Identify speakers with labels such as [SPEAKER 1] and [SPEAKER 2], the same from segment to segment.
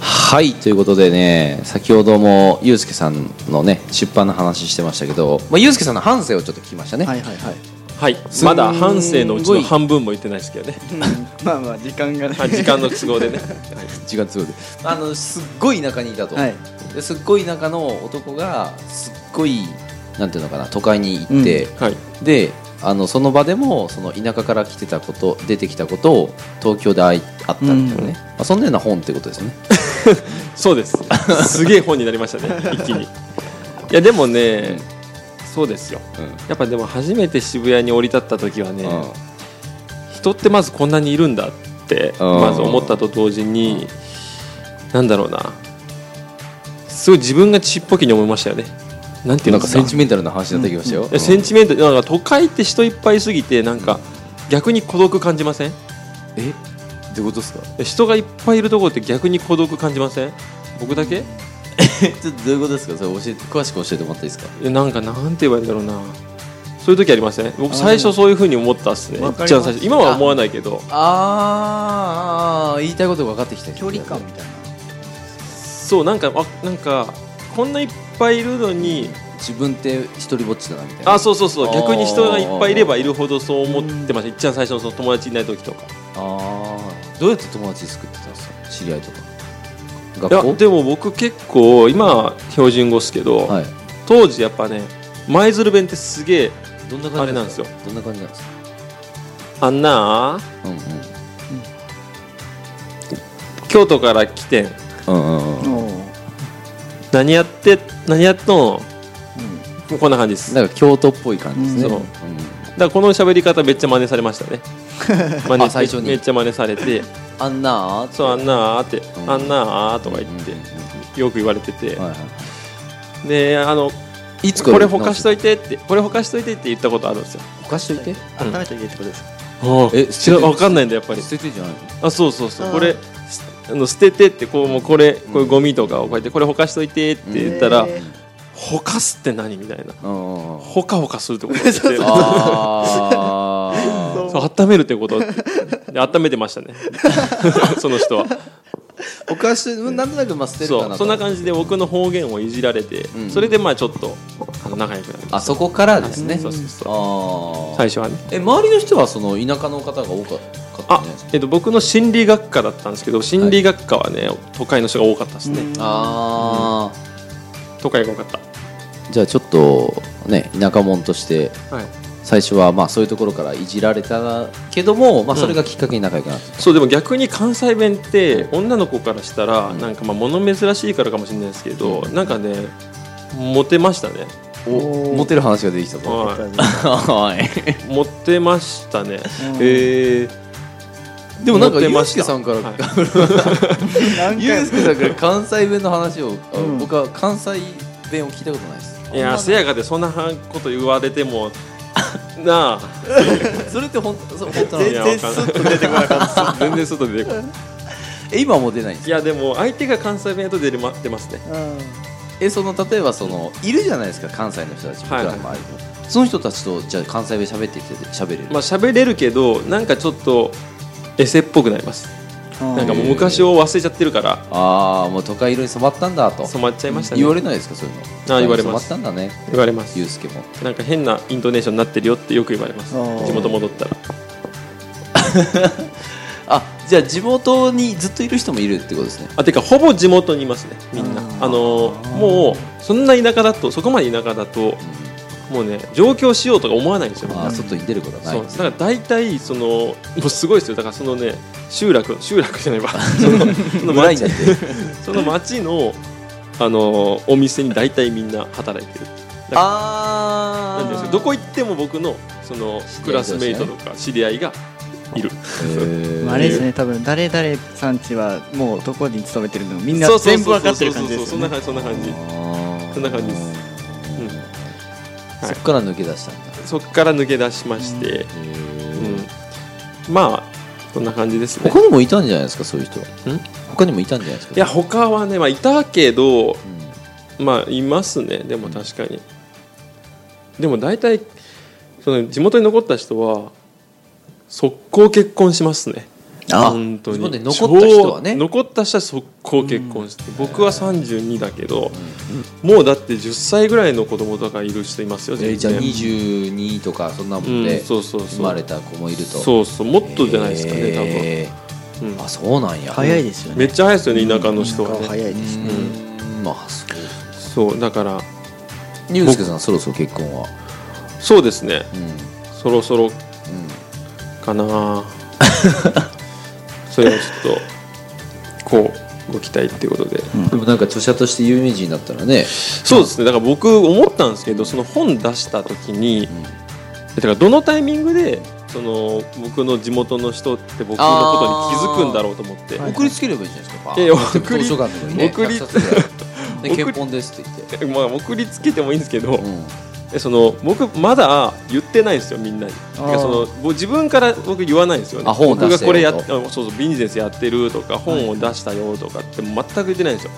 [SPEAKER 1] はいということでね先ほどもユうスケさんのね出版の話してましたけど、まあ、ユうスケさんの半生をちょっと聞きましたね、
[SPEAKER 2] はいはいはい、
[SPEAKER 3] はい
[SPEAKER 1] すんごい
[SPEAKER 3] まだ半生のうちの半分も言ってないです けどね
[SPEAKER 2] まあまあ時間がね
[SPEAKER 3] あ時間の都合でね
[SPEAKER 1] 時間通であのすっごい田舎にいたと、
[SPEAKER 2] はい
[SPEAKER 1] ですっごい田舎の男がすっごいなんていうのかな都会に行って、
[SPEAKER 3] はい
[SPEAKER 1] であのその場でもその田舎から来てたこと出てきたことを東京で会いあったみたいなね、
[SPEAKER 2] うん
[SPEAKER 1] まあ、そんなような本ってことですよね
[SPEAKER 3] そうですすげえ本になりました ね一気にいやでもね、そうですよやっぱでも初めて渋谷に降り立った時はね、
[SPEAKER 1] うん
[SPEAKER 3] 人ってまずこんなにいるんだって
[SPEAKER 1] うん
[SPEAKER 3] まず思ったと同時になんだろうなすごい自分がちっぽけに思いましたよねなんてい
[SPEAKER 1] な
[SPEAKER 3] うの
[SPEAKER 1] ん
[SPEAKER 3] か
[SPEAKER 1] か
[SPEAKER 3] な
[SPEAKER 1] センチメンタルな話になってきましたよ、
[SPEAKER 3] いやセンチメントなんか都会って人いっぱいすぎてなんか逆に孤独感じません
[SPEAKER 1] えってことですか
[SPEAKER 3] 人がいっぱいいるところって逆に孤独感じません僕だけ
[SPEAKER 1] ちょっとどういうことですかそれ教えて詳しく教えてもらっていいですか
[SPEAKER 3] いやなんかなんて言えばいいんだろうなそういう時ありません僕最初そういうふうに思ったっすね
[SPEAKER 2] わかります
[SPEAKER 3] 一番最初今は思わないけど
[SPEAKER 1] あー言いたいことが分かってきた
[SPEAKER 2] 距離感みたいな
[SPEAKER 3] そうなんかあなんかこんないっぱいいるのに
[SPEAKER 1] 自分って一人ぼっちだなみたいな
[SPEAKER 3] あそうそうそう
[SPEAKER 1] あー
[SPEAKER 3] 逆に人がいっぱいいればいるほどそう思ってました一番最初のその友達いない時とか
[SPEAKER 1] あーどうやって友達作ってたんですか知り合いとか
[SPEAKER 3] い
[SPEAKER 1] 学校
[SPEAKER 3] やでも僕結構今は標準語っすけど、
[SPEAKER 1] はい
[SPEAKER 3] 当時やっぱね舞鶴弁ってすげえ
[SPEAKER 1] どんな
[SPEAKER 3] あれなんですよ
[SPEAKER 1] どんな感じなんですか
[SPEAKER 3] あんなあ
[SPEAKER 1] うんうん
[SPEAKER 3] 京都から来てん
[SPEAKER 1] うんうんうん
[SPEAKER 2] おー
[SPEAKER 3] 何やって何やっ
[SPEAKER 2] う
[SPEAKER 3] とん
[SPEAKER 2] ん
[SPEAKER 3] もうこんな感じですだか
[SPEAKER 1] なんか京都っぽい感じですね、
[SPEAKER 3] うんそう
[SPEAKER 1] うん
[SPEAKER 3] らこの喋り方めっちゃ真似されました ね真似
[SPEAKER 1] あ最初に
[SPEAKER 3] めっちゃ真似されて
[SPEAKER 1] あんなー
[SPEAKER 3] そうあんなあって、
[SPEAKER 1] うん
[SPEAKER 3] あんなあとか言って、
[SPEAKER 1] うんうん
[SPEAKER 3] よく言われてて、
[SPEAKER 1] うんはいは
[SPEAKER 3] であの
[SPEAKER 1] いいつから
[SPEAKER 3] これほかしといてってこれほかしといてって言ったことあるんですよ
[SPEAKER 1] ほかしといて
[SPEAKER 2] 温めていいってことですか
[SPEAKER 1] え
[SPEAKER 3] え知ら分かんないんだやっぱり
[SPEAKER 1] 捨ててじゃないの
[SPEAKER 3] あそうそうそう
[SPEAKER 2] あー
[SPEAKER 3] これすあの捨ててってこうもうこれこういうゴミとかをこうやってこれほかしといてって言ったら
[SPEAKER 2] へー
[SPEAKER 3] 「ほかすって何?」みたいな
[SPEAKER 1] うんうんうん
[SPEAKER 3] ほかほかするって ことですよ
[SPEAKER 1] あ ー
[SPEAKER 3] そう温めるってことで温めてました ねその人は
[SPEAKER 1] お菓子うんなんとなくまあ捨てるか
[SPEAKER 3] そ
[SPEAKER 1] な
[SPEAKER 3] う
[SPEAKER 1] と
[SPEAKER 3] そんな感じで僕の方言をいじられて、
[SPEAKER 1] うん
[SPEAKER 3] それでまあちょっとあの仲良くなりま
[SPEAKER 1] あ
[SPEAKER 3] し
[SPEAKER 1] そこからですね、
[SPEAKER 3] たそうそうそう
[SPEAKER 1] ああ、
[SPEAKER 3] 最初はね
[SPEAKER 1] え周りの人はその田舎の方が多かった
[SPEAKER 3] あ
[SPEAKER 1] んじゃないですか
[SPEAKER 3] えっと、僕の心理学科だったんですけど心理学科はね、都会の人が多かったですね、
[SPEAKER 1] あ
[SPEAKER 3] 都会が多かっ
[SPEAKER 1] ーじゃあちょっとね田舎者として
[SPEAKER 3] た、はい、
[SPEAKER 1] 最初はまあそういうところからいじられたけども、まあ、それがきっかけに仲良くなった、
[SPEAKER 3] そうでも逆に関西弁って女の子からしたらなんかまあ物珍しいからかもしれないですけど、なんかねモテましたね、
[SPEAKER 1] おモテる話が出てきたぞ
[SPEAKER 3] は
[SPEAKER 1] はい
[SPEAKER 3] い、モテましたね
[SPEAKER 2] うん
[SPEAKER 1] えー、でもなんか
[SPEAKER 3] モテ
[SPEAKER 1] ユー
[SPEAKER 3] ま
[SPEAKER 1] ス
[SPEAKER 3] し
[SPEAKER 1] ケ
[SPEAKER 3] た
[SPEAKER 1] さんから、
[SPEAKER 3] はい
[SPEAKER 2] なんか
[SPEAKER 1] ユースケさんから関西弁の話を、あ
[SPEAKER 2] うん
[SPEAKER 1] 僕は関西弁を聞いたことないです
[SPEAKER 3] いやせやかでそんなこと言われても なあ
[SPEAKER 1] それって本当そう本当なの
[SPEAKER 2] 全然スッと出てこなかっ
[SPEAKER 3] 全然外出てこない
[SPEAKER 1] え今はもう出ないんです
[SPEAKER 3] いやでも相手が関西弁だと出れま出ますね
[SPEAKER 2] たうん
[SPEAKER 1] えその例えばそのいるじゃないですか関西の人たち僕
[SPEAKER 3] はい
[SPEAKER 1] らの周りも、その人たちとじゃあ関西弁喋ってきて喋れる、
[SPEAKER 3] まあ喋れるけどなんかちょっとエセっぽくなりますなんかもう
[SPEAKER 1] へー
[SPEAKER 3] 昔を忘れちゃってるから
[SPEAKER 1] ああもう都会色に染まったんだと
[SPEAKER 3] 染まっちゃいましたね
[SPEAKER 1] 言われないですかそういうの
[SPEAKER 3] あ言われます
[SPEAKER 1] 染まったんだね
[SPEAKER 3] 言われます
[SPEAKER 1] ゆうすけも
[SPEAKER 3] なんか変なイントネーションになってるよってよく言われます
[SPEAKER 2] あー
[SPEAKER 3] 地元戻ったら
[SPEAKER 1] あじゃあ地元にずっといる人もいるってことですね
[SPEAKER 3] あてかほぼ地元にいますねみんな
[SPEAKER 2] あー
[SPEAKER 3] あのーもうそんな田舎だとそこまで田舎だともうね上京しようとか思わないんですよ
[SPEAKER 1] あー外に出ることはな
[SPEAKER 3] そ
[SPEAKER 1] いうで
[SPEAKER 3] だ
[SPEAKER 1] す
[SPEAKER 3] から大体そのもうすごいですよだからそのね集落集落じゃな いわそのその
[SPEAKER 1] 村にな
[SPEAKER 3] 町
[SPEAKER 1] って
[SPEAKER 3] その町のあのーお店に大体みんな働いてるらなんていうんです
[SPEAKER 1] あ
[SPEAKER 3] か
[SPEAKER 1] あ
[SPEAKER 3] どこ行っても僕のそのクラスメイトとか知り合いがいる
[SPEAKER 2] まあ、あれですね多分誰々さんちはもうどこに勤めてるのみんな
[SPEAKER 3] そうそうそう
[SPEAKER 2] 全部わかってる感じです
[SPEAKER 3] そ
[SPEAKER 2] よ
[SPEAKER 3] うそうそうそんな
[SPEAKER 2] ね
[SPEAKER 3] 感じそんな感じそんな感じですうん
[SPEAKER 1] そっから抜け出したんだ
[SPEAKER 3] そこから抜け出しまして、うんまあそんな感じですね
[SPEAKER 1] 他にもいたんじゃないですかそういう人は
[SPEAKER 3] ん
[SPEAKER 1] 他にもいたんじゃないですか
[SPEAKER 3] いや他はね、まあ、いたけど
[SPEAKER 1] うん
[SPEAKER 3] まあいますねでも確かに、でも大体その地元に残った人は速攻結婚しますね
[SPEAKER 2] あ
[SPEAKER 3] 本当
[SPEAKER 1] 自分で
[SPEAKER 3] に
[SPEAKER 1] 残った人はね
[SPEAKER 3] 超残った人は速攻結婚して、僕は32だけど、もうだって10歳ぐらいの子供とかいる人いますよ
[SPEAKER 1] えー
[SPEAKER 3] 全
[SPEAKER 1] じゃあ
[SPEAKER 3] 然、
[SPEAKER 1] 22とかそんなもん
[SPEAKER 3] う
[SPEAKER 1] で
[SPEAKER 3] んそうそうそう
[SPEAKER 1] 生まれた子もいると
[SPEAKER 3] そうそうもっとじゃないですかね、
[SPEAKER 1] え
[SPEAKER 3] 多分、
[SPEAKER 1] ーあそうなんや
[SPEAKER 2] 早いですよ
[SPEAKER 3] うんめ
[SPEAKER 2] ね
[SPEAKER 3] っちゃ早いですよね田舎の人は
[SPEAKER 2] なんか
[SPEAKER 3] ね
[SPEAKER 2] 早いですね
[SPEAKER 1] うんまあそう
[SPEAKER 3] そうだから
[SPEAKER 1] ゆうすけさんそろそろ結婚は
[SPEAKER 3] そうですね
[SPEAKER 1] うんうん
[SPEAKER 3] そろそろかなそれはちょっとこうご期待っていうことで
[SPEAKER 1] でもなんか著者として有名人だったらね
[SPEAKER 3] そうですねだから僕思ったんですけどその本出した時に
[SPEAKER 1] ん
[SPEAKER 3] だからどのタイミングでその僕の地元の人って僕のことに気づくんだろうと思って、
[SPEAKER 2] はい
[SPEAKER 1] 送りつければいいじゃないですか
[SPEAKER 3] いやいや送り
[SPEAKER 1] 図書館とかにね
[SPEAKER 3] 送り
[SPEAKER 1] 100冊ぐらいで
[SPEAKER 3] 送り
[SPEAKER 1] 結婚ですって言って
[SPEAKER 3] まあ、送りつけてもいいんですけ
[SPEAKER 1] う
[SPEAKER 3] ど、
[SPEAKER 1] ん
[SPEAKER 3] えその僕まだ言ってないんですよみんなにてかその僕自分から僕言わないんですよね
[SPEAKER 1] あ本を
[SPEAKER 3] 僕
[SPEAKER 1] 出
[SPEAKER 3] が
[SPEAKER 1] したよ
[SPEAKER 3] これやっ
[SPEAKER 1] と
[SPEAKER 3] あそうそうビジネスやってるとか本を出したよとかって全く言ってないんですよ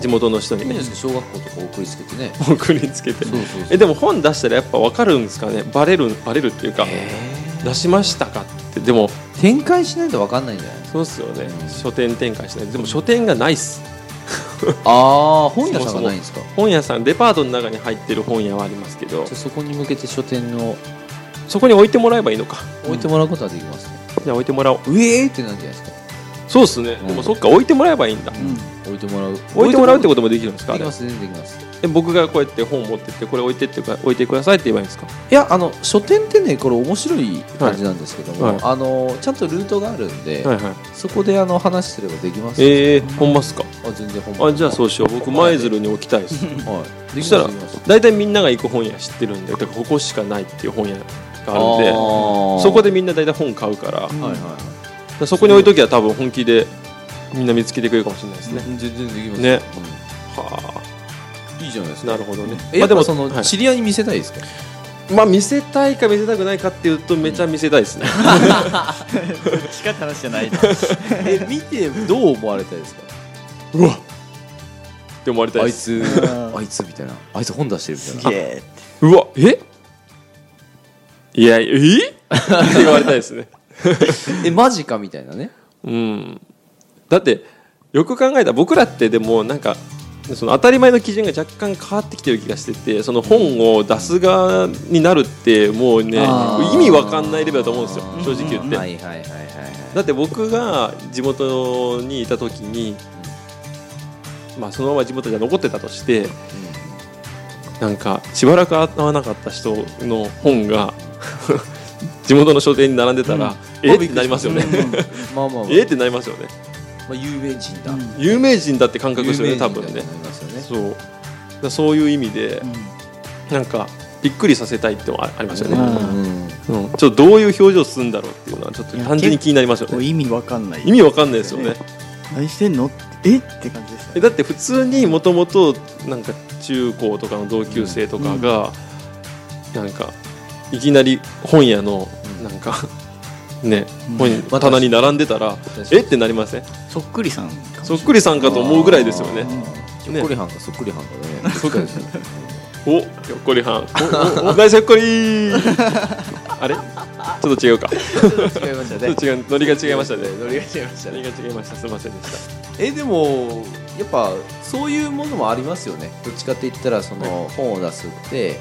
[SPEAKER 3] 地元の人
[SPEAKER 1] いい
[SPEAKER 3] に
[SPEAKER 1] んじゃない
[SPEAKER 3] ね
[SPEAKER 1] ですか小学校とか送りつけてね
[SPEAKER 3] 送りつけて
[SPEAKER 1] そうそうそう
[SPEAKER 3] えでも本出したらやっぱ分かるんですかねバレるバレるっていうか
[SPEAKER 1] え
[SPEAKER 3] 出しましたかってでも
[SPEAKER 1] ー展開しないと分かんないんじゃない
[SPEAKER 3] そうっすよね、書店展開しないでも書店がないっす
[SPEAKER 1] ああ本屋さんがないんですか
[SPEAKER 3] 本屋さんデパートの中に入ってる本屋はありますけど
[SPEAKER 1] じゃあそこに向けて書店を
[SPEAKER 3] そこに置いてもらえばいいのか
[SPEAKER 1] 置いてもらうことはできますね
[SPEAKER 3] じゃあ置いてもらおう
[SPEAKER 1] うえーってなんじゃないですか
[SPEAKER 3] そうっすね、で
[SPEAKER 1] う
[SPEAKER 3] も
[SPEAKER 1] ん
[SPEAKER 3] そっか置いてもらえばいいんだ、
[SPEAKER 2] うん
[SPEAKER 1] 置いてもらう
[SPEAKER 3] 置いてもらうってこともできるんですか
[SPEAKER 1] できます全然できます
[SPEAKER 3] え僕がこうやって本持ってってこれ置いてってくだ置いてくださいって言えばいいんですか
[SPEAKER 1] いやあの書店ってねこれ面白い感じなんですけども、
[SPEAKER 3] はいはい
[SPEAKER 1] あのちゃんとルートがあるんで、
[SPEAKER 3] はいはい
[SPEAKER 1] そこであの話すればできますよ
[SPEAKER 3] えー、ほんまっすか
[SPEAKER 1] あ全然本物
[SPEAKER 3] あじゃあそうしよう僕舞鶴に置きたいです
[SPEAKER 1] はい
[SPEAKER 3] そ
[SPEAKER 1] できます
[SPEAKER 3] したら
[SPEAKER 1] できます
[SPEAKER 3] 大体みんなが行く本屋知ってるんでだからここしかないっていう本屋があるんで
[SPEAKER 1] あー
[SPEAKER 3] そこでみんな大体本買うからだか
[SPEAKER 1] はいはいは
[SPEAKER 3] らそこに置いときは多分本気でみんな見つけてくれるかもしれないです
[SPEAKER 1] い
[SPEAKER 3] ね、
[SPEAKER 1] 全然できます
[SPEAKER 3] ね、
[SPEAKER 1] う
[SPEAKER 3] は
[SPEAKER 1] んいいじゃないです
[SPEAKER 3] あ
[SPEAKER 1] か
[SPEAKER 3] なるほどね
[SPEAKER 1] え
[SPEAKER 3] ま
[SPEAKER 1] や
[SPEAKER 3] あ
[SPEAKER 1] っぱ
[SPEAKER 3] でも
[SPEAKER 1] その、
[SPEAKER 3] はい
[SPEAKER 1] 知り合いに見せたいですか
[SPEAKER 3] まあ見せたいか見せたくないかっていうとめちゃ見せたいですね、
[SPEAKER 2] しかった話じゃないな
[SPEAKER 1] え見てどう思われたいですか
[SPEAKER 3] うわっって思われた い
[SPEAKER 1] あ
[SPEAKER 3] で
[SPEAKER 1] い
[SPEAKER 3] す
[SPEAKER 1] つ
[SPEAKER 2] うん
[SPEAKER 1] あいつみたいなあいつ本出してるみたい
[SPEAKER 2] す
[SPEAKER 1] な
[SPEAKER 2] げえ
[SPEAKER 3] うわえいやえって言われたいですね
[SPEAKER 1] えマジかみたいなね
[SPEAKER 3] うんだってよく考えたら僕らってでもなんかその当たり前の基準が若干変わってきてる気がしててその本を出す側になるってもうね
[SPEAKER 1] あー
[SPEAKER 3] 意味わかんないレベルだと思うんですよ正直言って、
[SPEAKER 1] はいはいはいはいはい
[SPEAKER 3] だって僕が地元にいた時に、まあ、そのまま地元じゃ残ってたとして、なんかしばらく会わなかった人の本が 地元の書店に並んでたら、えってなりますよね、
[SPEAKER 1] まあ まあ、まあ
[SPEAKER 3] えってなりますよね
[SPEAKER 1] まあ、有名人だ、
[SPEAKER 2] うん
[SPEAKER 3] 有名人だって感覚ですよね多
[SPEAKER 1] 有名人
[SPEAKER 3] 分
[SPEAKER 1] だと
[SPEAKER 3] ね
[SPEAKER 1] 思いますよね
[SPEAKER 3] そうだからそういう意味で、なんかびっくりさせたいってのはあありますよ
[SPEAKER 2] う
[SPEAKER 3] ね、
[SPEAKER 1] うん
[SPEAKER 3] うんちょっとどういう表情するんだろうっていうのはちょっと単純に気になりますよ
[SPEAKER 2] こう
[SPEAKER 3] ね
[SPEAKER 2] 意味わかんない
[SPEAKER 3] 意味わかんないですよね
[SPEAKER 2] 何してんのえって感じでした
[SPEAKER 3] えだって普通にもともとなんか中高とかの同級生とかが、なんかいきなり本屋のなんかね、
[SPEAKER 2] うん
[SPEAKER 3] 本
[SPEAKER 1] まあ
[SPEAKER 3] 棚に並んでたら
[SPEAKER 1] 確かに
[SPEAKER 3] えってなりません
[SPEAKER 2] そっくりさん
[SPEAKER 3] そっくりさんかと思うぐらいですよね
[SPEAKER 1] ひょっこりはんかそっくりはんかね
[SPEAKER 3] そっくりおひょっこりはんおおおナイスひょっこりーあれちょっと違うかち
[SPEAKER 1] 違いました
[SPEAKER 3] ょっと違うノリが違いましたね
[SPEAKER 1] ノリが違いました
[SPEAKER 3] ノリ
[SPEAKER 1] ね
[SPEAKER 3] が違いましたすいませんでした
[SPEAKER 1] えでもやっぱそういうものもありますよねどっちかって言ったらその本を出すって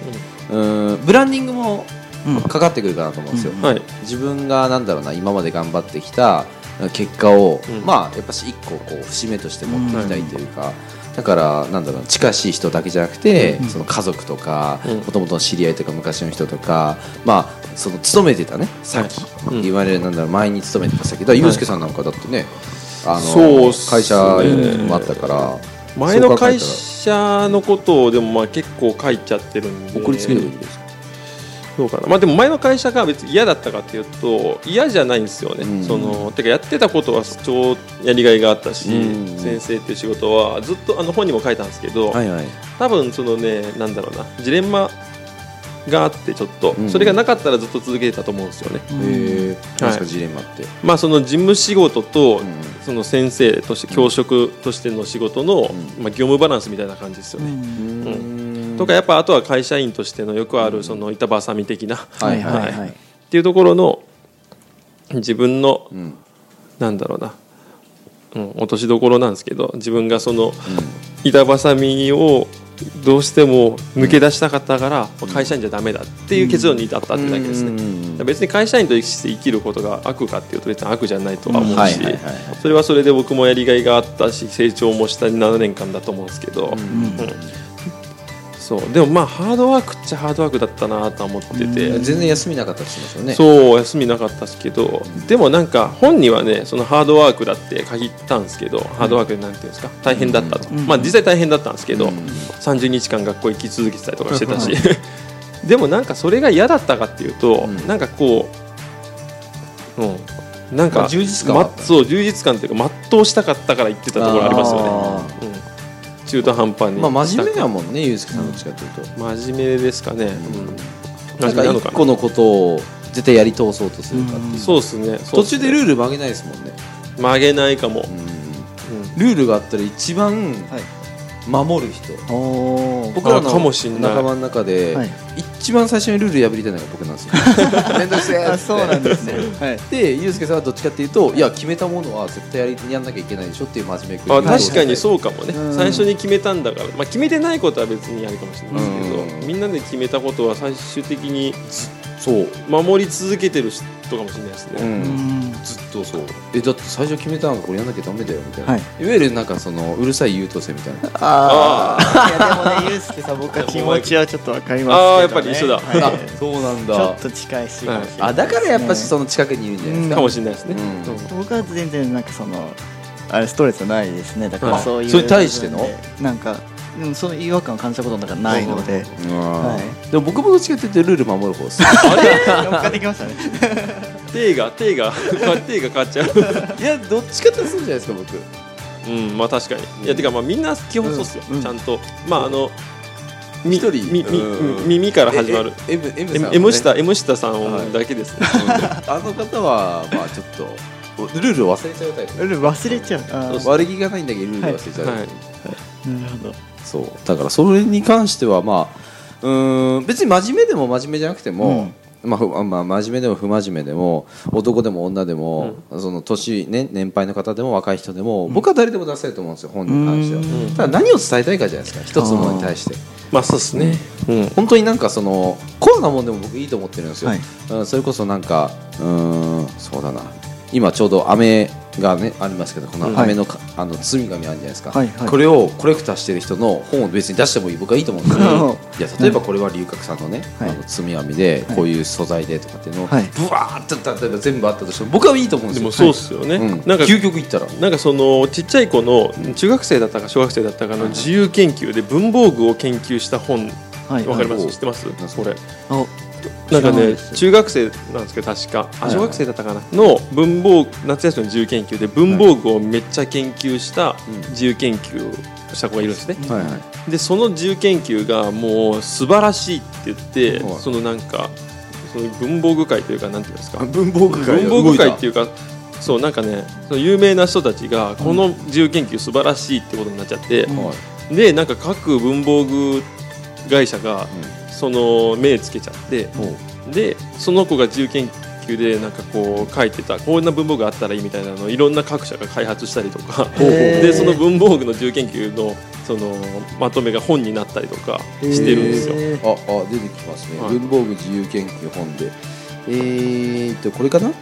[SPEAKER 1] うんブランディングも
[SPEAKER 2] うん
[SPEAKER 1] かかってくるかなと思うんですよ、
[SPEAKER 2] う
[SPEAKER 3] はい
[SPEAKER 1] 自分がなんだろうな今まで頑張ってきた結果を、
[SPEAKER 3] うん
[SPEAKER 1] まあやっぱし一個こう節目として持っていきたいというか、だからなんだろうな近しい人だけじゃなくて、
[SPEAKER 2] うん
[SPEAKER 1] その家族とか
[SPEAKER 3] うん
[SPEAKER 1] もともとの知り合いとか昔の人とか、まあその勤めてたね先、
[SPEAKER 3] うん
[SPEAKER 1] 言われるなんだろう前に勤めてた先だから
[SPEAKER 3] はい
[SPEAKER 1] ユースケさんなんかだってね、あ
[SPEAKER 3] そう
[SPEAKER 1] の
[SPEAKER 3] っすね
[SPEAKER 1] 会社員もあったから
[SPEAKER 3] 前の会
[SPEAKER 1] そう考
[SPEAKER 3] 社のことをでもまあ結構書いちゃってるん
[SPEAKER 1] え
[SPEAKER 3] で
[SPEAKER 1] たら送りつければいいんですか、
[SPEAKER 3] どうかなまあでも前の会社が別に嫌だったかっていうと嫌じゃないんですよね、
[SPEAKER 1] うん
[SPEAKER 3] そのてかやってたことは超やりがいがあったし、
[SPEAKER 1] うん
[SPEAKER 3] 先生っていう仕事はずっとあの本にも書いたんですけど、
[SPEAKER 1] はいはい
[SPEAKER 3] 多分そのねなんだろうなジレンマがあってちょっと、
[SPEAKER 1] うん
[SPEAKER 3] それがなかったらずっと続けてたと思うんですよね、
[SPEAKER 1] えー、なんです
[SPEAKER 3] は
[SPEAKER 1] か
[SPEAKER 3] い
[SPEAKER 1] ジレンマって、
[SPEAKER 3] まあその事務仕事と、
[SPEAKER 1] うん
[SPEAKER 3] その先生として教職としての仕事の、
[SPEAKER 1] ん
[SPEAKER 3] まあ、業務バランスみたいな感じですよね、
[SPEAKER 1] うん
[SPEAKER 3] とかやっぱあとは会社員としてのよくあるその板挟み的な、
[SPEAKER 1] はいはい
[SPEAKER 3] っていうところの自分の
[SPEAKER 1] うんうん
[SPEAKER 3] なんだろうな、うん、落としどころなんですけど自分がその板挟みをどうしても抜け出したかったから、まあ会社員じゃダメだっていう結論に至ったってだけですね、
[SPEAKER 1] うんうんうん
[SPEAKER 3] 別に会社員として生きることが悪かっていうと別に悪じゃないとは思う
[SPEAKER 1] はい
[SPEAKER 3] し
[SPEAKER 1] はいはいはい
[SPEAKER 3] それはそれで僕もやりがいがあったし成長もした7年間だと思うんですけど、
[SPEAKER 1] うん
[SPEAKER 3] そうでもまあハードワークっちゃハードワークだったなとは思ってて、
[SPEAKER 1] 全然休みなかったりしますよね
[SPEAKER 3] そう休みなかったですけどでもなんか本にはねそのハードワークだって限ったんですけど、ハードワークなんていうんですか大変だったと、
[SPEAKER 2] うん
[SPEAKER 3] まあ実際大変だったんですけど、
[SPEAKER 1] うん
[SPEAKER 3] 30日間学校行き続けてたりとかしてたし でもなんかそれが嫌だったかっていうと、
[SPEAKER 1] うん
[SPEAKER 3] なんかこう、うん、なんか、
[SPEAKER 1] まあ充実感はあった
[SPEAKER 3] まそう充実感というか全うしたかったから行ってたところありますよ
[SPEAKER 1] あ
[SPEAKER 3] ね、うん中途半端に
[SPEAKER 1] ーまあ真面目やもんねゆうすけさんどっちかというと、
[SPEAKER 3] 真面目ですかね、うん、
[SPEAKER 1] なんか
[SPEAKER 3] 真面目なの
[SPEAKER 1] 一個のことを絶対やり通そうとするかっていう、
[SPEAKER 2] うん
[SPEAKER 3] そうですねそうっ
[SPEAKER 1] 途
[SPEAKER 3] す
[SPEAKER 1] 中
[SPEAKER 3] ね
[SPEAKER 1] でルール曲げないですもんね、
[SPEAKER 3] 曲げないかも、
[SPEAKER 1] ルールがあったら一番
[SPEAKER 2] はい
[SPEAKER 1] 守る人、
[SPEAKER 2] おー
[SPEAKER 1] 僕ら
[SPEAKER 3] あか
[SPEAKER 1] の
[SPEAKER 3] もしんない
[SPEAKER 1] 仲間の中で、
[SPEAKER 2] はい
[SPEAKER 1] 一番最初にルール破りたいのが僕なんですよめんどくせえっつって
[SPEAKER 2] あそうなんですね はい
[SPEAKER 1] でゆうすけさんはどっちかっていうといや決めたものは絶対やりやんなきゃいけないでしょっていう真面目
[SPEAKER 3] あ確かに
[SPEAKER 1] う
[SPEAKER 3] そうかもね、
[SPEAKER 2] うん
[SPEAKER 3] 最初に決めたんだから、まあ、決めてないことは別にあるかもしれないですけど、
[SPEAKER 1] うん
[SPEAKER 3] みんなで決めたことは最終的に
[SPEAKER 1] そう、
[SPEAKER 3] 守り続けてる人かもしれないです
[SPEAKER 1] う、
[SPEAKER 3] ね、
[SPEAKER 2] うんん
[SPEAKER 1] ずっとそうえだって最初決めたのこれやんなきゃダメだよみたいな、
[SPEAKER 2] はい
[SPEAKER 1] い、わゆるなんかそのうるさい優等生みたいな
[SPEAKER 2] ああいやでもねゆうすけさん僕は気持ちはちょっとわかりますけど、ね、
[SPEAKER 3] あーやっぱり一緒だ
[SPEAKER 2] はい
[SPEAKER 1] あそうなん
[SPEAKER 2] ちょ
[SPEAKER 1] だ
[SPEAKER 2] っと近いしもしれないですね、
[SPEAKER 1] あだからやっぱしその近くにいるんじゃないです
[SPEAKER 2] うん
[SPEAKER 1] か、
[SPEAKER 3] かもしれないですね、
[SPEAKER 1] うん
[SPEAKER 3] うん
[SPEAKER 2] 僕は全然なんかそのあれストレスないですねだか
[SPEAKER 3] は
[SPEAKER 2] ら
[SPEAKER 3] い
[SPEAKER 2] そういう
[SPEAKER 1] それに対しての
[SPEAKER 2] 部分でなんか、うん、その違和感を感じたことなんかないので、は
[SPEAKER 1] でも僕もどっちかっていうとルール守る方です
[SPEAKER 3] あれ
[SPEAKER 2] い、乗っかってきましたね
[SPEAKER 3] 手が手が 手が変わっちゃ う
[SPEAKER 1] いやどっちかってそうじゃないですか僕
[SPEAKER 3] うんまあ確かにいやてかまあみんな基本そうっすよ、
[SPEAKER 2] うんうん
[SPEAKER 3] ちゃんとまああのみ
[SPEAKER 1] 一人
[SPEAKER 3] みみ
[SPEAKER 1] うん
[SPEAKER 3] 耳から始まる
[SPEAKER 1] ええ M, M さん、ね、
[SPEAKER 3] M 下 M 下さ
[SPEAKER 1] は
[SPEAKER 3] ん
[SPEAKER 1] い
[SPEAKER 3] だけですね、
[SPEAKER 1] あの方はまあちょっとルールを忘れちゃうタイプ
[SPEAKER 2] 俺忘れちゃうあー
[SPEAKER 1] 悪気がないんだけどルールを忘れちゃう、
[SPEAKER 3] はい
[SPEAKER 2] なるほど
[SPEAKER 1] そうだからそれに関してはまあうーん別に真面目でも真面目じゃなくても、まあふまあ、真面目でも不真面目でも男でも女でも、その年、ね、年配の方でも若い人でも、僕は誰でも出せると思うんですよ本に関しては、
[SPEAKER 2] うん
[SPEAKER 1] ただ何を伝えたいかじゃないですか一つのものに対して
[SPEAKER 3] まあそうですね、うん、
[SPEAKER 1] 本当になんかそのコアなもんでも僕いいと思ってるんですよ、
[SPEAKER 2] はい
[SPEAKER 1] うんそれこそなんかうーんそうだな今ちょうど飴がねありますけどこの飴のか、あの包み紙あるじゃないですか、
[SPEAKER 2] はいはい
[SPEAKER 1] これをコレクターしてる人の本を別に出してもいい僕はいいと思うんですけ
[SPEAKER 2] なるほ
[SPEAKER 1] ど
[SPEAKER 2] ど
[SPEAKER 1] いや例えばこれは龍角さんのね、
[SPEAKER 2] はい
[SPEAKER 1] あの包み紙で
[SPEAKER 2] はい
[SPEAKER 1] こういう素材でとかっていうのを、
[SPEAKER 2] はい
[SPEAKER 1] ブワーッと例えば全部あったとしても僕はいいと思うんで
[SPEAKER 3] です
[SPEAKER 1] よ
[SPEAKER 3] もそうっすよね、
[SPEAKER 1] うん
[SPEAKER 3] なんか
[SPEAKER 1] 究極いったら
[SPEAKER 3] なんかそのちっちゃい子の中学生だったか小学生だったかの自由研究で文房具を研究した本
[SPEAKER 2] はい
[SPEAKER 3] わかり
[SPEAKER 1] ま
[SPEAKER 3] ますす知ってます
[SPEAKER 1] んすか
[SPEAKER 3] これ
[SPEAKER 2] お
[SPEAKER 3] なんか
[SPEAKER 2] 知らない
[SPEAKER 3] ね
[SPEAKER 2] です
[SPEAKER 3] 中学生なんですけど確かあ
[SPEAKER 1] はい
[SPEAKER 3] 小学生だったかなの文房具夏休みの自由研究で文房具をめっちゃ研究した
[SPEAKER 1] うん
[SPEAKER 3] 自由研究をした子がいるんですね
[SPEAKER 1] はいはい
[SPEAKER 3] でその自由研究がもう素晴らしいって言って
[SPEAKER 1] はい
[SPEAKER 3] そのなんかその文房具界というかなんていうんですか
[SPEAKER 1] 文房具
[SPEAKER 3] 文房具界って
[SPEAKER 1] いう
[SPEAKER 3] いうかそうなんかねその有名な人たちがこの自由研究素晴らしいってことになっちゃって、
[SPEAKER 1] はい
[SPEAKER 3] でなんか各文房具会社がその目つけちゃって
[SPEAKER 1] うんも
[SPEAKER 3] でその子が自由研究でなんかこう書いてたこんな文房具あったらいいみたいなのをいろんな各社が開発したりと
[SPEAKER 1] ほ
[SPEAKER 3] か
[SPEAKER 1] うほう
[SPEAKER 2] へー
[SPEAKER 3] でその文房具の自由研究のそのまとめが本になったりとかしてるんですよ。
[SPEAKER 2] へー
[SPEAKER 1] うああ出てきますね、
[SPEAKER 3] はい
[SPEAKER 1] 文房具自由研究本でえーっとこれかな
[SPEAKER 3] そ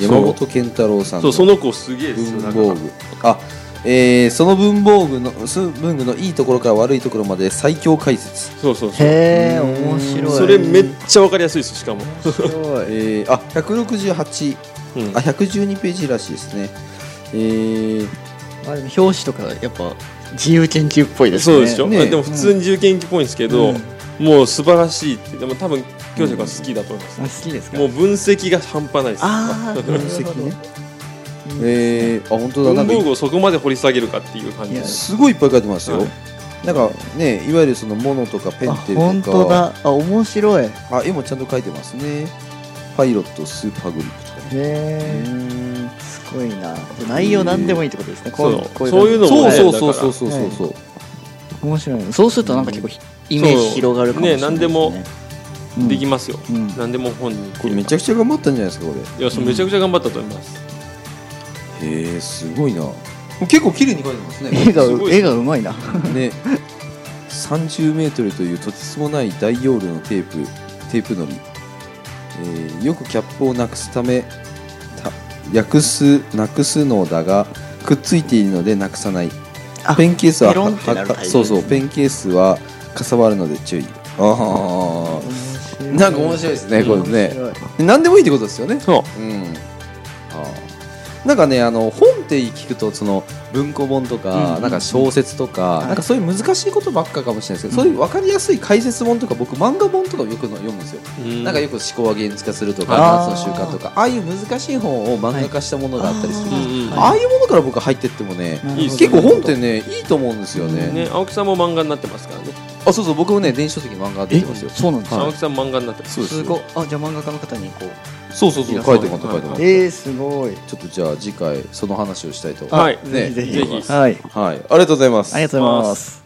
[SPEAKER 3] う
[SPEAKER 1] 山本健太郎さん
[SPEAKER 3] そう
[SPEAKER 1] の
[SPEAKER 3] その子すげえですよ
[SPEAKER 1] 文
[SPEAKER 3] なん
[SPEAKER 1] 房
[SPEAKER 3] か
[SPEAKER 1] 具あえーその文房具のす文具のいいところから悪いところまで最強解説
[SPEAKER 3] そうそうそう
[SPEAKER 2] へえ面白い
[SPEAKER 3] それめっちゃわかりやすい ですしかも、
[SPEAKER 2] 面白い
[SPEAKER 1] えー、あ168
[SPEAKER 3] うん
[SPEAKER 1] あ112ページらしいですねえー、
[SPEAKER 2] あでも表紙とかやっぱ自由研究っぽいですね
[SPEAKER 3] そうでしょ、
[SPEAKER 1] ね
[SPEAKER 3] まあでも普通に自由研究っぽいんですけど、
[SPEAKER 2] うん
[SPEAKER 3] もう素晴らしいってでも多分教授が好きだと思いま
[SPEAKER 2] あ
[SPEAKER 3] す、
[SPEAKER 2] 好きですか
[SPEAKER 3] もう分析が半端ないです
[SPEAKER 2] ああ
[SPEAKER 1] 分 析ねえー、あ本当だな
[SPEAKER 3] 文
[SPEAKER 1] んか
[SPEAKER 3] 房具をそこまで掘り下げるかっていう感じ
[SPEAKER 2] いや
[SPEAKER 1] すごいいっぱい書いてますよ、
[SPEAKER 3] はい
[SPEAKER 1] なんかねいわゆるそのモノとかペンテルとか
[SPEAKER 2] 本当だあ面白いへ
[SPEAKER 1] あ絵もちゃんと書いてますねパイロットスーパーグリップとかね
[SPEAKER 2] えすごいな内容なんでもいいってことですねこ
[SPEAKER 3] そう
[SPEAKER 2] こ
[SPEAKER 3] そういうのも
[SPEAKER 1] そう
[SPEAKER 3] ね
[SPEAKER 1] そうそ
[SPEAKER 3] だから
[SPEAKER 1] うそうそうそうそう
[SPEAKER 2] 面白いねそうするとなんか結構ひイメージ広がるかもしれない
[SPEAKER 3] ね何でも
[SPEAKER 2] うん
[SPEAKER 3] できますよ、
[SPEAKER 2] うん
[SPEAKER 3] 何でも本に
[SPEAKER 1] これめちゃくちゃ頑張ったんじゃないですかこ
[SPEAKER 3] いやそうめちゃくちゃ頑張ったと思います、
[SPEAKER 1] れへえすごいな結構綺麗に描いてますね
[SPEAKER 2] 絵が
[SPEAKER 3] すごい
[SPEAKER 2] 絵がうまいな
[SPEAKER 1] ね、30メートルというとてつもない大容量のテープテープのり、えーよくキャップをなくすためた略すなくすのだがくっついているのでなくさない
[SPEAKER 2] あ
[SPEAKER 1] ペンケースは
[SPEAKER 2] ペロンってなる
[SPEAKER 1] は
[SPEAKER 2] タイプ
[SPEAKER 1] か
[SPEAKER 2] ですね
[SPEAKER 1] そうそうペンケースはかさばるので注意ああなんか面白いですねこれ
[SPEAKER 2] 面
[SPEAKER 1] ね
[SPEAKER 2] 白い
[SPEAKER 1] 何でもいいってことですよね
[SPEAKER 3] そう
[SPEAKER 1] うん、あーなんかねあの本って聞くとその文庫本と
[SPEAKER 2] うんうん
[SPEAKER 1] か,、
[SPEAKER 2] うん
[SPEAKER 1] なんか小説とか、
[SPEAKER 2] い
[SPEAKER 1] なんかそういう難しいことばっかかもしれないですけど、そ
[SPEAKER 2] うん
[SPEAKER 1] ういう分かりやすい解説本とか僕漫画本とかをよくの読むんですよ、
[SPEAKER 3] うん
[SPEAKER 1] なんかよく「思考は現実化する」とか
[SPEAKER 2] あ
[SPEAKER 1] 「
[SPEAKER 2] ー
[SPEAKER 1] 夏の習慣」とかああいう難しい本を漫画化したものがあったりする、
[SPEAKER 3] はいうんうん
[SPEAKER 1] ああいうものから僕は入ってってもね
[SPEAKER 2] なるほど
[SPEAKER 3] いいっす
[SPEAKER 1] 結構本ってねいいと思うんですよね,、
[SPEAKER 3] ね青木さんも漫画になってますからね、
[SPEAKER 1] あそうそう僕もね電子書籍の漫画出
[SPEAKER 2] え
[SPEAKER 1] てますよ
[SPEAKER 2] そうなんですか
[SPEAKER 1] はい
[SPEAKER 3] 青木さんも漫画になってます
[SPEAKER 1] そうです
[SPEAKER 2] すごいあじゃあ漫画家の方にこう
[SPEAKER 1] そうそうそう書いてもらった書いてもらった
[SPEAKER 2] えー、すごい
[SPEAKER 1] ちょっとじゃあ次回その話をしたいと
[SPEAKER 3] はい
[SPEAKER 1] ね
[SPEAKER 2] ぜひ
[SPEAKER 3] ぜ
[SPEAKER 2] ぜ
[SPEAKER 3] ひ
[SPEAKER 2] ひはい
[SPEAKER 1] はい、ありがとうございます
[SPEAKER 2] ありがとうございます